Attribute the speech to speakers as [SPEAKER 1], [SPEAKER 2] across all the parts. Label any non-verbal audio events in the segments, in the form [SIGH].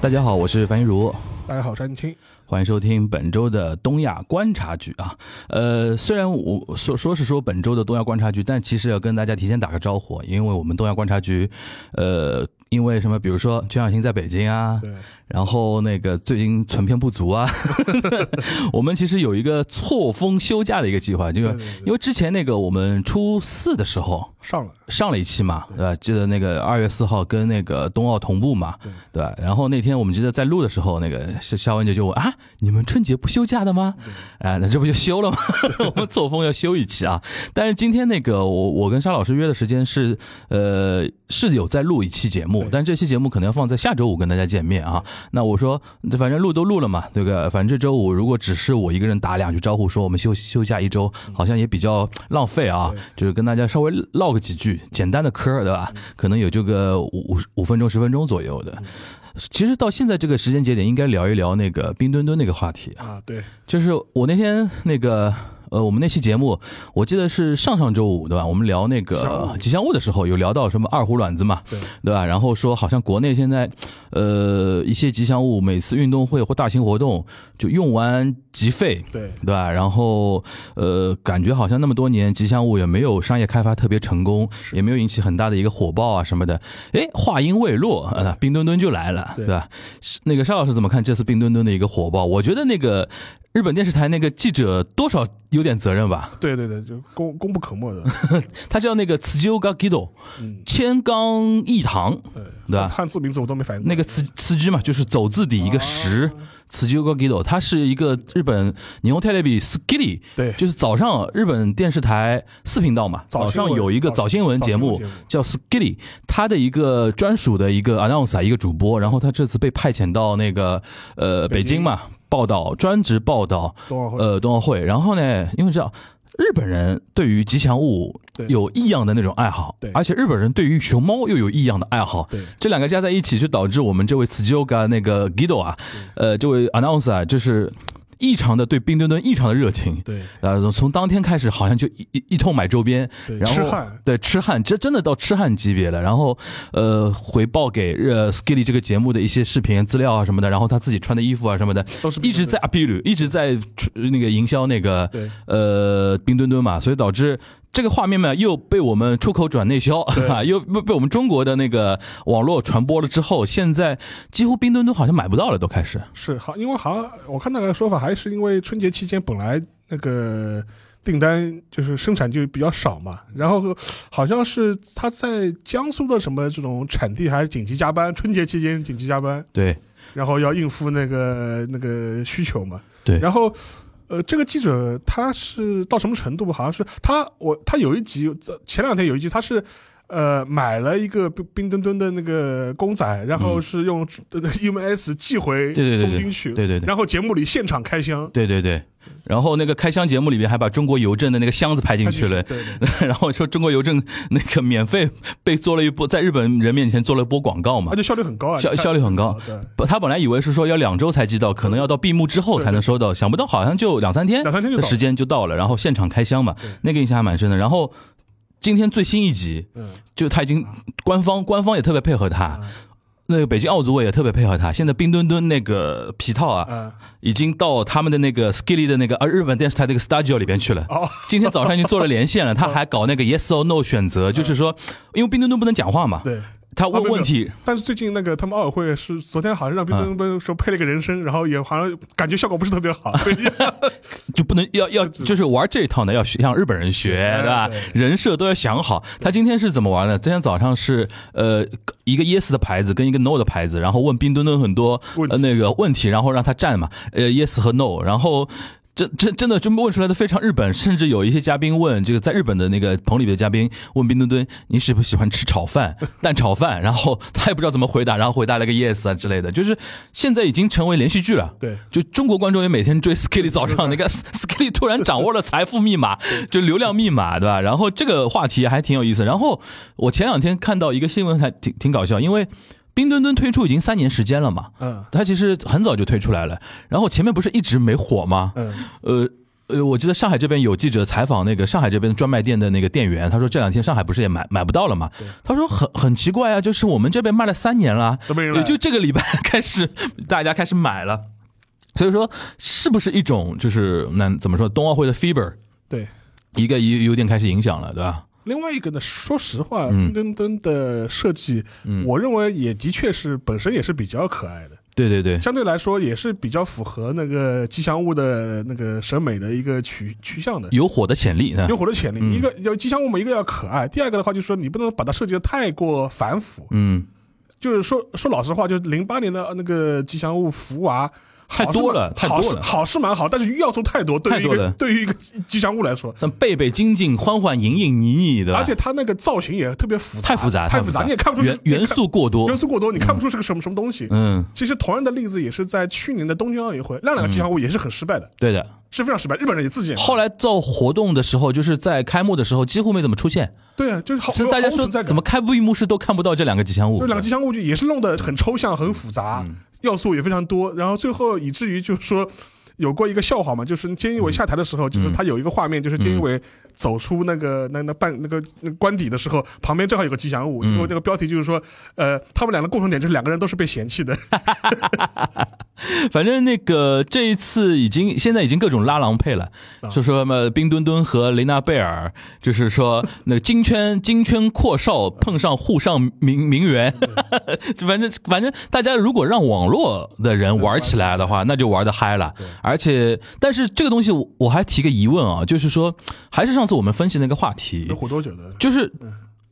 [SPEAKER 1] 大家好，我是樊一茹，
[SPEAKER 2] 大家好，张青。
[SPEAKER 1] 欢迎收听本周的东亚观察局啊。呃，虽然我说说是说本周的东亚观察局，但其实要跟大家提前打个招呼，因为我们东亚观察局，呃，因为什么，比如说全小新在北京啊，
[SPEAKER 2] 对，
[SPEAKER 1] 然后那个最近存片不足
[SPEAKER 2] [LAUGHS]
[SPEAKER 1] 啊，我们其实有一个错峰休假的一个计划，因为
[SPEAKER 2] 对对对
[SPEAKER 1] 因为之前那个我们初四的时候，
[SPEAKER 2] 上了，
[SPEAKER 1] 上了一期嘛，对吧？记得那个二月四号跟那个冬奥同步嘛，
[SPEAKER 2] 对
[SPEAKER 1] 对吧？然后那天我们记得在录的时候，那个夏夏文姐就问啊，你们春节不休假的吗？哎，那这不就休了吗？ [LAUGHS] 我们作风要休一期啊。但是今天那个我我跟沙老师约的时间是，呃，是有在录一期节目
[SPEAKER 2] 对，
[SPEAKER 1] 但这期节目可能要放在下周五跟大家见面啊。那我说，反正录都录了嘛，对个，反正这周五如果只是我一个人打两句招呼，说我们休休假一周，好像也比较浪费啊
[SPEAKER 2] 嗯对。嗯
[SPEAKER 1] 就是跟大家稍微唠个几句简单的嗑儿，对吧？可能有这个五五五分钟、十分钟左右的。其实到现在这个时间节点，应该聊一聊那个冰墩墩那个话题啊。
[SPEAKER 2] 啊，对，
[SPEAKER 1] 就是我那天那个呃，我们那期节目，我记得是上上周五对吧？我们聊那个吉祥物的时候，有聊到什么二胡卵子嘛，
[SPEAKER 2] 对
[SPEAKER 1] 对吧？然后说好像国内现在呃一些吉祥物每次运动会或大型活动就用完即废。
[SPEAKER 2] 对，
[SPEAKER 1] 对吧？然后，呃，感觉好像那么多年吉祥物也没有商业开发特别成功，
[SPEAKER 2] 是
[SPEAKER 1] 也没有引起很大的一个火爆啊什么的。哎，话音未落，呃，冰墩墩就来了，
[SPEAKER 2] 对
[SPEAKER 1] 对吧？是那个沙老师怎么看这次冰墩墩的一个火爆？我觉得那个日本电视台那个记者多少有点责任吧，
[SPEAKER 2] 对对对，就功功不可没的，
[SPEAKER 1] 他叫那个 Tsuyoga Gido
[SPEAKER 2] 嗯，
[SPEAKER 1] 千冈义堂，
[SPEAKER 2] 对，
[SPEAKER 1] 对吧
[SPEAKER 2] 汉字名字我都没反应过
[SPEAKER 1] 那
[SPEAKER 2] 来，
[SPEAKER 1] 个词词居嘛，就是走字底一个石，词居 g i d o 它是一个日本霓虹 telebi s k i l y
[SPEAKER 2] 对
[SPEAKER 1] 就是早上日本电视台四频道嘛，
[SPEAKER 2] 早
[SPEAKER 1] 早
[SPEAKER 2] 新闻
[SPEAKER 1] 上有一个
[SPEAKER 2] 早
[SPEAKER 1] 早新闻节目
[SPEAKER 2] 早新闻节目
[SPEAKER 1] 叫 s k i l y 它的一个专属的一个 announcer 一个主播，然后他这次被派遣到那个呃
[SPEAKER 2] 北
[SPEAKER 1] 北
[SPEAKER 2] 京哦
[SPEAKER 1] 京嘛报道，专职报道
[SPEAKER 2] 冬奥会，
[SPEAKER 1] 呃冬奥会，然后呢，因为知道。日本人对于吉祥物
[SPEAKER 2] 对
[SPEAKER 1] 有异样的那种爱好
[SPEAKER 2] 对，
[SPEAKER 1] 而且日本人对于熊猫又有异样的爱好，
[SPEAKER 2] 对
[SPEAKER 1] 这两个加在一起，就导致我们这位 s t u g a 那个 Guido 啊，
[SPEAKER 2] 嗯
[SPEAKER 1] 呃，这位 announcer 啊，就是异常的对冰墩墩异常的热情。
[SPEAKER 2] 对
[SPEAKER 1] 呃，从当天开始，好像就一一一通买周边，
[SPEAKER 2] 对，
[SPEAKER 1] 然后
[SPEAKER 2] 痴汉，
[SPEAKER 1] 对痴汉，这真的到痴汉级别了。然后，呃，回报给呃 Skilly 这个节目的一些视频资料啊什么的，然后他自己穿的衣服啊什么的，
[SPEAKER 2] 都是
[SPEAKER 1] 一直在 appeal，一直在呃那个营销那个
[SPEAKER 2] 对
[SPEAKER 1] 呃冰墩墩嘛，所以导致这个画面嘛又被我们出口转内销，啊、 [LAUGHS] 又被被我们中国的那个网络传播了之后，现在几乎冰墩墩好像买不到了，都开始
[SPEAKER 2] 是好，因为好像我看那个说法，还是因为春节期间本来那个订单就是生产就比较少嘛，然后好像是他在江苏的什么这种产地还是紧急加班，春节期间紧急加班，
[SPEAKER 1] 对。
[SPEAKER 2] 然后要应付那个那个需求嘛。
[SPEAKER 1] 对
[SPEAKER 2] 然后。呃，这个记者他是到什么程度吧？好像是他，我他有一集，前两天有一集，他是，呃，买了一个冰冰墩墩的那个公仔，然后是用、呃 UMS 寄
[SPEAKER 1] 对
[SPEAKER 2] 回
[SPEAKER 1] 对对
[SPEAKER 2] 东京去，
[SPEAKER 1] 对对对
[SPEAKER 2] 然后节目里现场开箱，
[SPEAKER 1] 对对对，然后那个开箱节目里面还把中国邮政的那个箱子拍进去了
[SPEAKER 2] 他，就是对
[SPEAKER 1] [LAUGHS]
[SPEAKER 2] 对
[SPEAKER 1] 然后说中国邮政那个免费被做了一波，在日本人面前做了一波广告嘛
[SPEAKER 2] 而，且效率很高啊，
[SPEAKER 1] 效
[SPEAKER 2] 你看
[SPEAKER 1] 效率很高
[SPEAKER 2] 对，
[SPEAKER 1] 不，他本来以为是说要两周才寄到，可能要到闭幕之后才能收到，想不到好像就两三天
[SPEAKER 2] 两三天就
[SPEAKER 1] 的
[SPEAKER 2] 到
[SPEAKER 1] 时
[SPEAKER 2] 了，
[SPEAKER 1] 间就到了，然后现场开箱嘛
[SPEAKER 2] 对，
[SPEAKER 1] 那个印象还蛮深的。然后今天最新一集，
[SPEAKER 2] 嗯，
[SPEAKER 1] 就他已经官方官方也特别配合他
[SPEAKER 2] 啊，
[SPEAKER 1] 那个北京奥组委也特别配合他。现在冰墩墩那个皮套啊，
[SPEAKER 2] 啊，
[SPEAKER 1] 已经到他们的那个 Skilly 的那个呃日本电视台那个 Studio 里边去了。
[SPEAKER 2] 哦，
[SPEAKER 1] 今天早上已经做了连线了，他还搞那个 Yes or No 选择，就是说，因为冰墩墩不能讲话嘛，
[SPEAKER 2] 对。
[SPEAKER 1] 他问
[SPEAKER 2] 啊没有
[SPEAKER 1] 问题，
[SPEAKER 2] 但是最近那个他们奥委会是昨天好像让冰
[SPEAKER 1] 嗯
[SPEAKER 2] 墩墩说配了一个人声，然后也好像感觉效果不是特
[SPEAKER 1] [LAUGHS]
[SPEAKER 2] 别好， [LAUGHS] 所以
[SPEAKER 1] 就不能要要就是玩这一套呢，要学向日本人学，
[SPEAKER 2] 哎
[SPEAKER 1] 对吧？人设都要想好。他今天是怎么玩呢？今天早上是呃一个 yes 的牌子跟一个 no 的牌子，然后问冰墩墩很多
[SPEAKER 2] 问题
[SPEAKER 1] 呃那个问题，然后让他站嘛，呃 yes 和 no，然后。真真真的真问出来的非常日本，甚至有一些嘉宾问这个在日本的那个棚里的嘉宾问冰墩墩你喜不喜欢吃炒饭蛋炒饭，然后他也不知道怎么回答，然后回答了个 yes 啊之类的，就是现在已经成为连续剧了。
[SPEAKER 2] 对
[SPEAKER 1] 就中国观众也每天追 Skilly 早上那个 [LAUGHS] Skilly 突然掌握了财富密码，就流量密码，对吧？然后这个话题还挺有意思。然后我前两天看到一个新闻，还挺挺搞笑，因为冰墩墩推出已经三年时间了嘛，
[SPEAKER 2] 嗯 [LAUGHS]
[SPEAKER 1] 它其实很早就推出来了。然后前面不是一直没火吗？
[SPEAKER 2] 嗯，
[SPEAKER 1] 呃。呃，我记得上海这边有记者采访那个上海这边专卖店的那个店员，他说这两天上海不是也买买不到了嘛
[SPEAKER 2] 对？
[SPEAKER 1] 他说很很奇怪啊，就是我们这边卖了三年了，
[SPEAKER 2] 都没人来
[SPEAKER 1] 也就这个礼拜 [LAUGHS] 开始大家开始买了。所以说，是不是一种就是那怎么说冬奥会的 fever，
[SPEAKER 2] 对。
[SPEAKER 1] 一个有有点开始影响了，对吧？
[SPEAKER 2] 另外一个呢，说实话，
[SPEAKER 1] 嗯
[SPEAKER 2] 冰墩墩的设计，
[SPEAKER 1] 嗯
[SPEAKER 2] 我认为也的确是本身也是比较可爱的，
[SPEAKER 1] 对对对，
[SPEAKER 2] 相对来说也是比较符合那个吉祥物的那个审美的一个取取向的。
[SPEAKER 1] 有火的潜力，嗯
[SPEAKER 2] 有火的潜力，
[SPEAKER 1] 嗯
[SPEAKER 2] 一个要吉祥物嘛，一个要可爱，第二个的话就是说你不能把它设计的太过繁复，
[SPEAKER 1] 嗯，
[SPEAKER 2] 就是说说老实话，就是零八年的那个吉祥物福娃。
[SPEAKER 1] 太多了
[SPEAKER 2] 好是
[SPEAKER 1] 太多了
[SPEAKER 2] 好是蛮好，但是要素太多，对于
[SPEAKER 1] 太
[SPEAKER 2] 一
[SPEAKER 1] 多
[SPEAKER 2] 个
[SPEAKER 1] 了
[SPEAKER 2] 对于一个吉祥物来说，
[SPEAKER 1] 像贝贝、晶晶、欢欢、莹莹、妮妮，对吧？
[SPEAKER 2] 而且它那个造型也特别复杂，
[SPEAKER 1] 太复杂，
[SPEAKER 2] 太
[SPEAKER 1] 复
[SPEAKER 2] 杂，你也看不出
[SPEAKER 1] 元
[SPEAKER 2] 是
[SPEAKER 1] 元素过多
[SPEAKER 2] 元。素过多，你看不出是个什么什么东西。
[SPEAKER 1] 嗯，
[SPEAKER 2] 其实同样的例子也是在去年的东京奥运会，那两个吉祥物也是很失败的，
[SPEAKER 1] 对的。
[SPEAKER 2] 是非常失败，日本人也自己也
[SPEAKER 1] 后来到活动的时候，就是在开幕的时候几乎没怎么出现，
[SPEAKER 2] 对啊，就是好
[SPEAKER 1] 所以大家
[SPEAKER 2] 毫无
[SPEAKER 1] 说
[SPEAKER 2] 存在感
[SPEAKER 1] 怎么开幕式都看不到这两个吉祥物。
[SPEAKER 2] 就两个吉祥物就也是弄得很抽象、很复杂，
[SPEAKER 1] 嗯
[SPEAKER 2] 要素也非常多，然后最后以至于就是说。有过一个笑话嘛，就是菅义
[SPEAKER 1] 嗯
[SPEAKER 2] 伟下台的时候，就是他有一个画面，就是菅义伟走出那个那那半那个那个官邸的时候，旁边正好有个吉祥
[SPEAKER 1] 嗯
[SPEAKER 2] 物，结果那个标题就是说，呃，他们俩的共同点就是两个人都是被嫌弃
[SPEAKER 1] 嗯
[SPEAKER 2] 的， [LAUGHS]
[SPEAKER 1] 反正那个这一次已经现在已经各种拉郎配了，
[SPEAKER 2] 啊
[SPEAKER 1] 就说什么冰墩墩和雷娜贝尔，就是说那个金圈金圈阔少碰上沪上名名媛， [LAUGHS] 反正反正大家如果让网络的人玩起来的话，那就玩的嗨了。而且，但是这个东西我我还提个疑问啊，就是说还是上次我们分析那个话题，
[SPEAKER 2] 能活多久的？
[SPEAKER 1] 就是。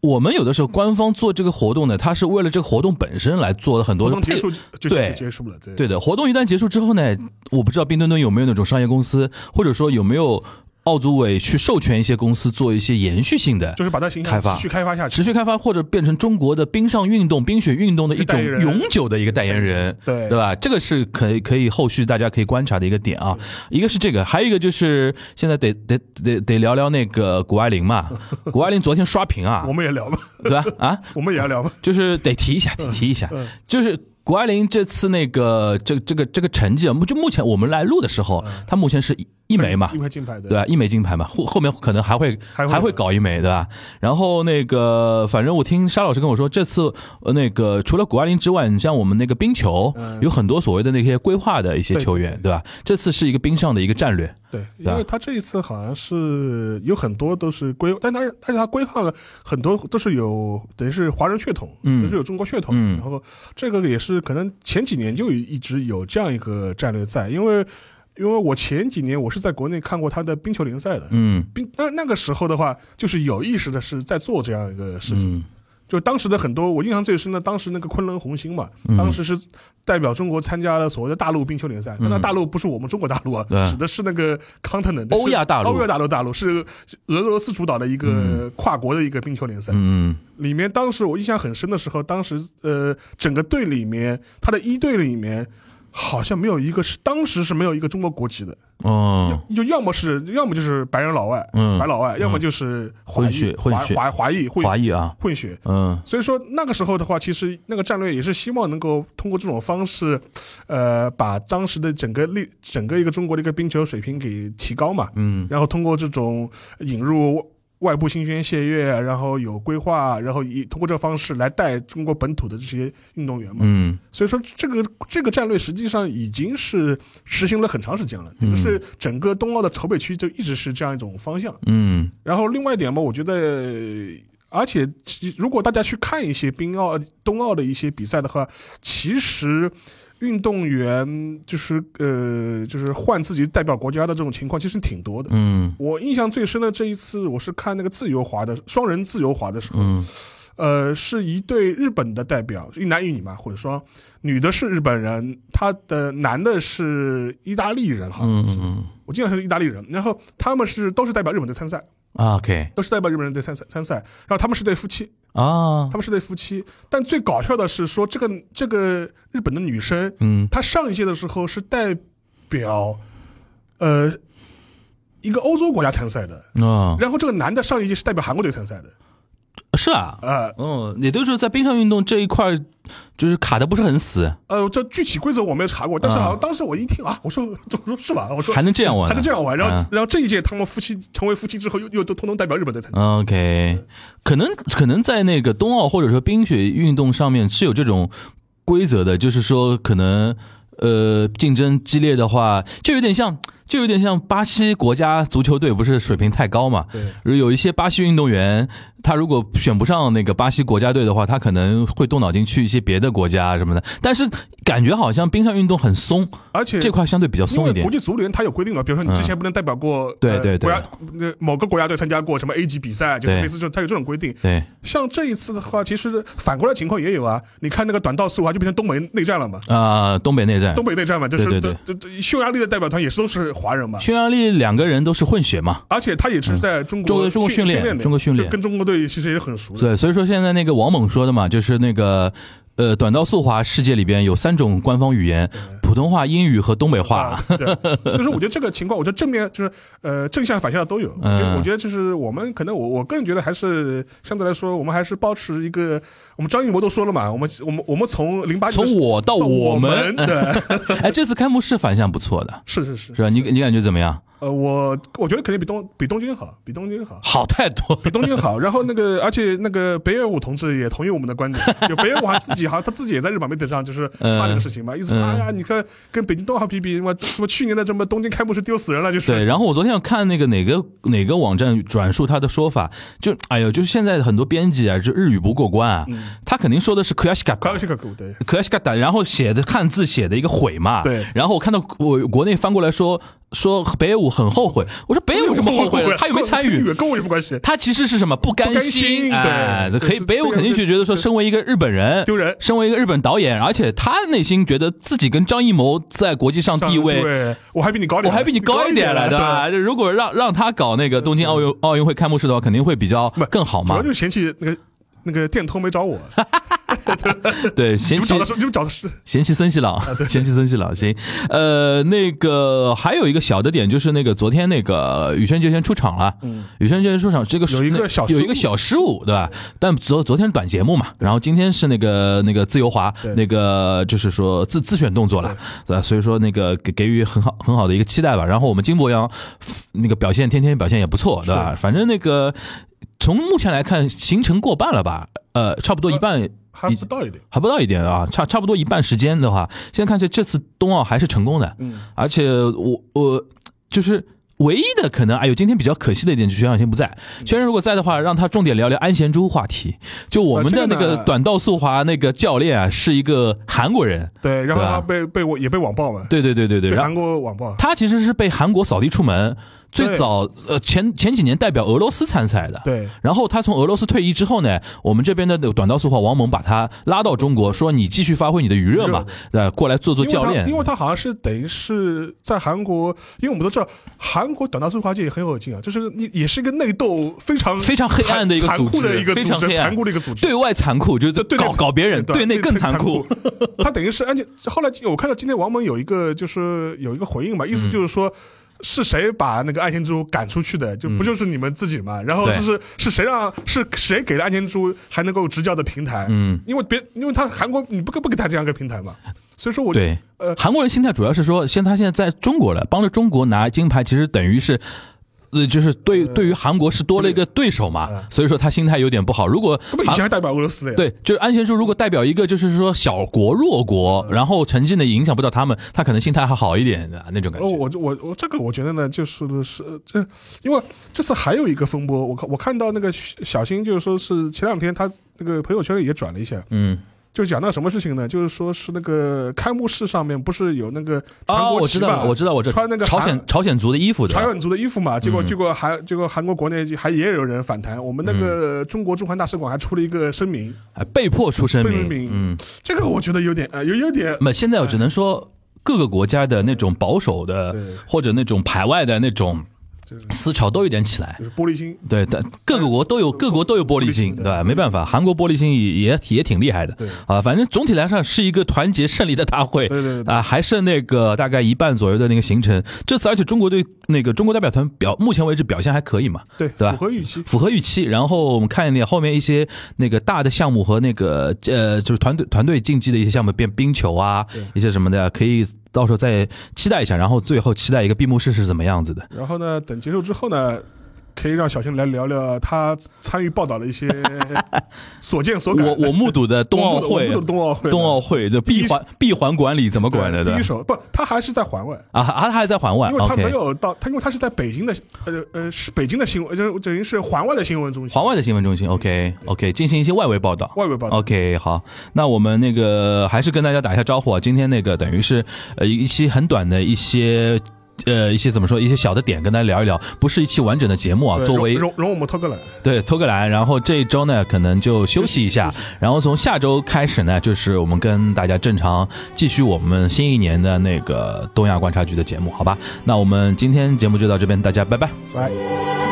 [SPEAKER 1] 我们有的时候官方做这个活动呢，它是为了这个活动本身来做的很多
[SPEAKER 2] 活动
[SPEAKER 1] 配
[SPEAKER 2] 结束就就就
[SPEAKER 1] 对
[SPEAKER 2] 结束了，对
[SPEAKER 1] 对的，活动一旦结束之后呢，我不知道冰墩墩有没有那种商业公司，或者说有没有奥组委去授权一些公司做一些延续性的、
[SPEAKER 2] 就是把它形象
[SPEAKER 1] 开发
[SPEAKER 2] 继续开发下去，
[SPEAKER 1] 持续开发，或者变成中国的冰上运动、冰雪运动的一种
[SPEAKER 2] 一个代言人
[SPEAKER 1] 永久的一个代言人，
[SPEAKER 2] 对
[SPEAKER 1] 对吧？这个是可以可以后续大家可以观察的一个点啊。一个是这个，还有一个就是现在得得得得聊聊那个谷爱凌嘛，谷爱凌昨天刷屏啊
[SPEAKER 2] 我，们也聊吧，
[SPEAKER 1] 对吧？啊，
[SPEAKER 2] 我们也要聊吧，
[SPEAKER 1] 就是得提一下，
[SPEAKER 2] 嗯
[SPEAKER 1] 得提一下，就是。谷爱凌这次那个这这个这个成绩啊，目就目前我们来录的时候，
[SPEAKER 2] 嗯
[SPEAKER 1] 她目前是一一枚嘛
[SPEAKER 2] 一，枚金牌的，
[SPEAKER 1] 对吧？一枚金牌嘛，后后面可能还会
[SPEAKER 2] 还会
[SPEAKER 1] 还会搞一枚，对吧？然后那个，反正我听沙老师跟我说，这次呃那个除了谷爱凌之外，你像我们那个冰球
[SPEAKER 2] 嗯，
[SPEAKER 1] 有很多所谓的那些规划的一些
[SPEAKER 2] 对
[SPEAKER 1] 球员，对吧？这次是一个冰上的一个战略，
[SPEAKER 2] 对，
[SPEAKER 1] 对
[SPEAKER 2] 因
[SPEAKER 1] 吧
[SPEAKER 2] 为他这一次好像是有很多都是规，但他但是他规划了很多都是有等于是华人血统，
[SPEAKER 1] 嗯
[SPEAKER 2] 就是有中国血统，
[SPEAKER 1] 嗯
[SPEAKER 2] 然后这个也是可能前几年就一直有这样一个战略在，因为因为我前几年我是在国内看过他的冰球联赛的。
[SPEAKER 1] 嗯
[SPEAKER 2] 冰那那个时候的话，就是有意识的是在做这样一个事情。
[SPEAKER 1] 嗯
[SPEAKER 2] 就当时的很多，我印象最深的，当时那个昆仑红星嘛，
[SPEAKER 1] 嗯
[SPEAKER 2] 当时是代表中国参加了所谓的大陆冰球联赛，但那大陆不是我们中国大陆啊，
[SPEAKER 1] 对
[SPEAKER 2] 指的是那个 continent
[SPEAKER 1] 欧亚大陆
[SPEAKER 2] 是欧亚大陆大陆是俄罗斯主导的一个跨国的一个冰球联赛。
[SPEAKER 1] 嗯
[SPEAKER 2] 里面当时我印象很深的时候，当时呃整个队里面，他的一队里面好像没有一个是当时是没有一个中国国籍的，
[SPEAKER 1] 哦，
[SPEAKER 2] 就要么是要么就是白人老外，
[SPEAKER 1] 嗯
[SPEAKER 2] 白老外，要么就是华
[SPEAKER 1] 混
[SPEAKER 2] 裔
[SPEAKER 1] 血混
[SPEAKER 2] 华
[SPEAKER 1] 血
[SPEAKER 2] 华华裔混
[SPEAKER 1] 华裔啊，
[SPEAKER 2] 混血。
[SPEAKER 1] 嗯
[SPEAKER 2] 所以说那个时候的话，其实那个战略也是希望能够通过这种方式，呃，把当时的整个历整个一个中国的一个冰球水平给提高嘛。
[SPEAKER 1] 嗯
[SPEAKER 2] 然后通过这种引入外部新鲜血液，然后有规划，然后以通过这个方式来带中国本土的这些运动员嘛。
[SPEAKER 1] 嗯
[SPEAKER 2] 所以说这个这个战略实际上已经是实行了很长时间了，等于是整个冬奥的筹备区就一直是这样一种方向。
[SPEAKER 1] 嗯
[SPEAKER 2] 然后另外一点嘛，我觉得，呃而且其如果大家去看一些冰奥、冬奥的一些比赛的话，其实运动员就是呃，就是换自己代表国家的这种情况其实挺多的。
[SPEAKER 1] 嗯
[SPEAKER 2] 我印象最深的这一次，我是看那个自由滑的双人自由滑的时候，
[SPEAKER 1] 嗯
[SPEAKER 2] 呃，是一对日本的代表，一男一女嘛，混双，女的是日本人，他的男的是意大利人哈，
[SPEAKER 1] 嗯嗯
[SPEAKER 2] 我记得是意大利人，然后他们是都是代表日本队参赛，
[SPEAKER 1] 嗯，OK
[SPEAKER 2] 都是代表日本人队参赛参赛，然后他们是对夫妻，
[SPEAKER 1] 啊
[SPEAKER 2] 他，们是对夫妻，但最搞笑的是说这个这个日本的女生，
[SPEAKER 1] 嗯
[SPEAKER 2] 她上一届的时候是代表，呃，一个欧洲国家参赛的，
[SPEAKER 1] 啊。
[SPEAKER 2] 然后这个男的上一届是代表韩国队参赛的，
[SPEAKER 1] 是啊，
[SPEAKER 2] 呃，
[SPEAKER 1] 嗯，也就是在冰上运动这一块就是卡的不是很死，
[SPEAKER 2] 呃，这具体规则我没有查过，但是
[SPEAKER 1] 啊
[SPEAKER 2] 好像当时我一听啊，我说 [LAUGHS] 怎么说是吧？我说
[SPEAKER 1] 还能这样玩
[SPEAKER 2] 还
[SPEAKER 1] 呢？
[SPEAKER 2] 能这样玩，然后、
[SPEAKER 1] 嗯
[SPEAKER 2] 然后这一届他们夫妻成为夫妻之后又，又都通通代表日本的参赛。
[SPEAKER 1] 啊 OK，可能可能在那个冬奥或者说冰雪运动上面是有这种规则的，就是说可能呃竞争激烈的话，就有点像就有点像巴西国家足球队不是水平太高嘛，
[SPEAKER 2] 对，
[SPEAKER 1] 有一些巴西运动员，他如果选不上那个巴西国家队的话，他可能会动脑筋去一些别的国家什么的。但是感觉好像冰上运动很松，
[SPEAKER 2] 而且
[SPEAKER 1] 这块相对比较
[SPEAKER 2] 因
[SPEAKER 1] 松一
[SPEAKER 2] 为国
[SPEAKER 1] 点。嗯
[SPEAKER 2] 际足联它有规定嘛，啊比如说你之前不能代表过、
[SPEAKER 1] 对
[SPEAKER 2] 呃
[SPEAKER 1] 对对
[SPEAKER 2] 国家呃某个国家队参加过什么 A 级比赛，就是
[SPEAKER 1] 对
[SPEAKER 2] 类似这种，它有这种规定。
[SPEAKER 1] 对，
[SPEAKER 2] 像这一次的话，其实反过来情况也有啊。你看那个短道速滑就变成东北内战了嘛，
[SPEAKER 1] 啊、东北内战
[SPEAKER 2] 东，北内战嘛，就是
[SPEAKER 1] 对
[SPEAKER 2] 这
[SPEAKER 1] 对嗯
[SPEAKER 2] 这这匈牙利的代表团也是都是华人嘛，
[SPEAKER 1] 匈牙利两个人都是混血嘛，
[SPEAKER 2] 而且他也是在中
[SPEAKER 1] 中
[SPEAKER 2] 国
[SPEAKER 1] 国中国训
[SPEAKER 2] 训
[SPEAKER 1] 练
[SPEAKER 2] 的
[SPEAKER 1] 中国训练
[SPEAKER 2] 就跟中国队其实也很熟的。
[SPEAKER 1] 对，所以说现在那个王猛说的嘛，就是那个呃短道速滑世界里边有三种官方语言，普通话、英语和东北话
[SPEAKER 2] 嗯啊。，对，就是我觉得这个情况，我觉得正面就是呃正向反向都有。我觉得
[SPEAKER 1] 嗯
[SPEAKER 2] 我觉得就是我们可能我我个人觉得还是相对来说，我们还是保持一个，我们张艺谋都说了嘛，我们我们我们从零八
[SPEAKER 1] 从我到
[SPEAKER 2] 我
[SPEAKER 1] 我 [LAUGHS] 们，
[SPEAKER 2] 对，
[SPEAKER 1] 哎，这次开幕式反响不错的，
[SPEAKER 2] 是是是，
[SPEAKER 1] 是吧？你你感觉怎么样？
[SPEAKER 2] 呃，我我觉得肯定比东比东京好，比东京好。
[SPEAKER 1] 好太多了
[SPEAKER 2] 比东京好，然后那个，而且那个北野武同志也同意我们的观点，就北野武还自己好像他自己也在日本媒体上就是骂这个事情嘛，意思说
[SPEAKER 1] 嗯
[SPEAKER 2] 哎呀，你看跟北京冬奥比比，什么什么去年的什么东京开幕式丢死人了，就是
[SPEAKER 1] 对，然后我昨天有看那个哪个哪个网站转述他的说法，就哎呦，就是现在很多编辑啊，就日语不过关啊，
[SPEAKER 2] 嗯
[SPEAKER 1] 他肯定说的是 k u y a s h i k a
[SPEAKER 2] 快乐性格谷对。
[SPEAKER 1] k u y a s h i k a 然后写的汉字写的一个悔嘛，
[SPEAKER 2] 对
[SPEAKER 1] 然后我看到我国内翻过来说说北野武很后悔，我说北野武哎什么后悔了？他有没有参与？
[SPEAKER 2] 跟我有什么关系？
[SPEAKER 1] 他其实是什么不甘
[SPEAKER 2] 不甘心
[SPEAKER 1] 哎，
[SPEAKER 2] 对
[SPEAKER 1] 可以，
[SPEAKER 2] 就是
[SPEAKER 1] 北野武肯定是觉得说，身为一个日本人，
[SPEAKER 2] 丢人
[SPEAKER 1] 身为一个日本导演，而且他内心觉得自己跟张艺谋在国际上地位
[SPEAKER 2] 位，我还比你高
[SPEAKER 1] 我
[SPEAKER 2] 点，嗯
[SPEAKER 1] 还比你高一点了，对吧？就如果让让他搞那个东京奥运奥运会开幕式的话，肯定会比较
[SPEAKER 2] 不
[SPEAKER 1] 更好
[SPEAKER 2] 主
[SPEAKER 1] 嘛
[SPEAKER 2] 要就。是嫌弃那个那个电通没找我，
[SPEAKER 1] 对，
[SPEAKER 2] 你
[SPEAKER 1] 嫌
[SPEAKER 2] 们
[SPEAKER 1] 弃
[SPEAKER 2] 找的是你们找的是
[SPEAKER 1] 嫌弃森西
[SPEAKER 2] 啊
[SPEAKER 1] 朗，嫌弃森西朗，行。呃，那个还有一个小的点就是那个昨天那个羽生结弦出场了，羽生结弦出场这个
[SPEAKER 2] 嗯有一个
[SPEAKER 1] 那
[SPEAKER 2] 小失误
[SPEAKER 1] 有一个小失误，对吧？但昨昨天是短节目嘛，然后今天是那个那个自由滑
[SPEAKER 2] 对，
[SPEAKER 1] 那个就是说自自选动作了，对吧？所以说那个给给予很好很好的一个期待吧。然后我们金博洋那个表现，天天表现也不错，对吧？反正那个从目前来看，行程过半了吧？呃，差不多一半。
[SPEAKER 2] 还不到一点，
[SPEAKER 1] 还不到一点啊，差差不多一半时间的话，现在看起来这次冬奥还是成功的，
[SPEAKER 2] 嗯，
[SPEAKER 1] 而且我我就是唯一的可能，哎呦，今天比较可惜的一点就是全小贤不在，
[SPEAKER 2] 嗯
[SPEAKER 1] 全小贤如果在的话，让他重点聊聊安贤洙话题，就我们
[SPEAKER 2] 啊
[SPEAKER 1] 的
[SPEAKER 2] 这
[SPEAKER 1] 那
[SPEAKER 2] 个呢
[SPEAKER 1] 个短道速滑那个教练啊，是一个韩国人，
[SPEAKER 2] 对，然后
[SPEAKER 1] 对吧
[SPEAKER 2] 他被被我也被网暴嘛，
[SPEAKER 1] 对对对对对，
[SPEAKER 2] 被
[SPEAKER 1] 然
[SPEAKER 2] 韩
[SPEAKER 1] 后
[SPEAKER 2] 国网暴，
[SPEAKER 1] 他其实是被韩国扫地出门，最
[SPEAKER 2] 对
[SPEAKER 1] 早呃前前几年代表俄罗斯参赛的，
[SPEAKER 2] 对，
[SPEAKER 1] 然后他从俄罗斯退役之后呢，我们这边的短道速滑王蒙把他拉到中国，说你继续发挥你的余热嘛，对，过来做做
[SPEAKER 2] 因为
[SPEAKER 1] 教
[SPEAKER 2] 他
[SPEAKER 1] 练
[SPEAKER 2] 因。为他好像是等于是在韩国，因为我们都知道韩国短道速滑界也很有劲啊，就是你也是一个内斗非常
[SPEAKER 1] 非常黑暗的一个
[SPEAKER 2] 残残酷
[SPEAKER 1] 组织
[SPEAKER 2] 的一个
[SPEAKER 1] 非
[SPEAKER 2] 组
[SPEAKER 1] 常
[SPEAKER 2] 织，
[SPEAKER 1] 黑暗
[SPEAKER 2] 残酷的一个组织，
[SPEAKER 1] 对外残酷就是
[SPEAKER 2] 对对内
[SPEAKER 1] 搞搞别人，对内更残酷。。
[SPEAKER 2] 他等于是，而且后来我看到今天王蒙有一个就是有一个回应嘛，意
[SPEAKER 1] 嗯
[SPEAKER 2] 思就是说。是谁把那个安贤洙赶出去的？就不就是你们自己嘛？然后
[SPEAKER 1] 嗯对
[SPEAKER 2] 就是是谁让是谁给了安贤洙还能够执教的平台？
[SPEAKER 1] 嗯，
[SPEAKER 2] 因为别因为他韩国你不给不给他这样一个平台嘛，所以说我
[SPEAKER 1] 对
[SPEAKER 2] 呃，
[SPEAKER 1] 韩国人心态主要是说，现在他现在在中国了，帮着中国拿金牌，其实等于是。呃，就是对对于韩国是多了一个对手嘛
[SPEAKER 2] 嗯，
[SPEAKER 1] 所以说他心态有点不好。如果
[SPEAKER 2] 根本以前
[SPEAKER 1] 韩
[SPEAKER 2] 还代表俄罗斯的呀。
[SPEAKER 1] 对，就是安贤洙如果代表一个就是说小国弱国，然后成绩呢影响不到他们，他可能心态还好一点的那种感
[SPEAKER 2] 哦，
[SPEAKER 1] 觉。
[SPEAKER 2] 我我我这个我觉得呢，就是是这，因为这次还有一个风波，我看我看到那个小新就是说是前两天他那个朋友圈里也转了一下，
[SPEAKER 1] 嗯，
[SPEAKER 2] 就讲到什么事情呢？就是说是那个开幕式上面不是有那个韩
[SPEAKER 1] 哦，
[SPEAKER 2] 国
[SPEAKER 1] 我
[SPEAKER 2] 旗
[SPEAKER 1] 知
[SPEAKER 2] 嘛、
[SPEAKER 1] 道了，我知道，我知道，
[SPEAKER 2] 穿那个
[SPEAKER 1] 朝
[SPEAKER 2] 韩
[SPEAKER 1] 鲜朝鲜族的衣服的，
[SPEAKER 2] 朝鲜族的衣服嘛，结果
[SPEAKER 1] 嗯嗯
[SPEAKER 2] 结果韩结果韩国国内就还也有人反弹，我们那个中国驻韩大使馆还出了一个声明，
[SPEAKER 1] 哎被迫出声
[SPEAKER 2] 被
[SPEAKER 1] 明，哎
[SPEAKER 2] 命
[SPEAKER 1] 嗯，
[SPEAKER 2] 这个我觉得有点呃有有点
[SPEAKER 1] 那么现在我只能说，各个国家的那种保守的
[SPEAKER 2] 对，
[SPEAKER 1] 或者那种排外的那种
[SPEAKER 2] 就是
[SPEAKER 1] 思潮都有点起来。
[SPEAKER 2] 就是玻璃心，
[SPEAKER 1] 对，但各个国都有各国都有玻璃心，对吧？没办法，韩国玻璃心也也也挺厉害的
[SPEAKER 2] 对
[SPEAKER 1] 啊。反正总体来上是一个团结胜利的大会，
[SPEAKER 2] 对对对，
[SPEAKER 1] 啊，还剩那个大概一半左右的那个行程。这次而且中国队那个中国代表团表目前为止表现还可以嘛，
[SPEAKER 2] 对
[SPEAKER 1] 对吧
[SPEAKER 2] 符合预期，
[SPEAKER 1] 符合预期。然后我们看一点后面一些那个大的项目和那个呃就是团队团队竞技的一些项目，变冰球啊
[SPEAKER 2] 对
[SPEAKER 1] 一些什么的，可以到时候再期待一下。然后最后期待一个闭幕式是怎么样子的。
[SPEAKER 2] 然后呢，等结束之后呢，可以让小新来聊聊他参与报道的
[SPEAKER 1] [LAUGHS]
[SPEAKER 2] 一些所见所感。
[SPEAKER 1] 我我目睹的冬奥
[SPEAKER 2] 我
[SPEAKER 1] 会
[SPEAKER 2] 不懂，冬奥
[SPEAKER 1] [LAUGHS]
[SPEAKER 2] 会，
[SPEAKER 1] 冬奥会的
[SPEAKER 2] 第一
[SPEAKER 1] 闭环闭环管理怎么管的？对
[SPEAKER 2] 对第
[SPEAKER 1] 吧
[SPEAKER 2] 一？手不，他还是在环外，
[SPEAKER 1] 啊，啊他还在环外
[SPEAKER 2] 因为他没
[SPEAKER 1] ，OK。
[SPEAKER 2] 有到他，因为他是在北京的，呃呃，是北京的新闻，就是等于是环外的新闻中心，
[SPEAKER 1] 环外的新闻中心，OK OK，进行一些外围报道。
[SPEAKER 2] 外围报道。
[SPEAKER 1] OK，好，那我们那个还是跟大家打一下招呼啊。今天那个等于是呃一期很短的一些呃一些怎么说一些小的点跟大家聊一聊，不是一期完整的节目啊。
[SPEAKER 2] 对
[SPEAKER 1] 作为
[SPEAKER 2] 容容容我们偷个懒，
[SPEAKER 1] 对偷个懒，然后这一周呢可能就休息一下，然后从下周开始呢，就是我们跟大家正常继续我们新一年的那个东亚观察局的节目，好吧？那我们今天节目就到这边，大家拜拜。
[SPEAKER 2] 来。
[SPEAKER 3] 「君の声が聞こえる」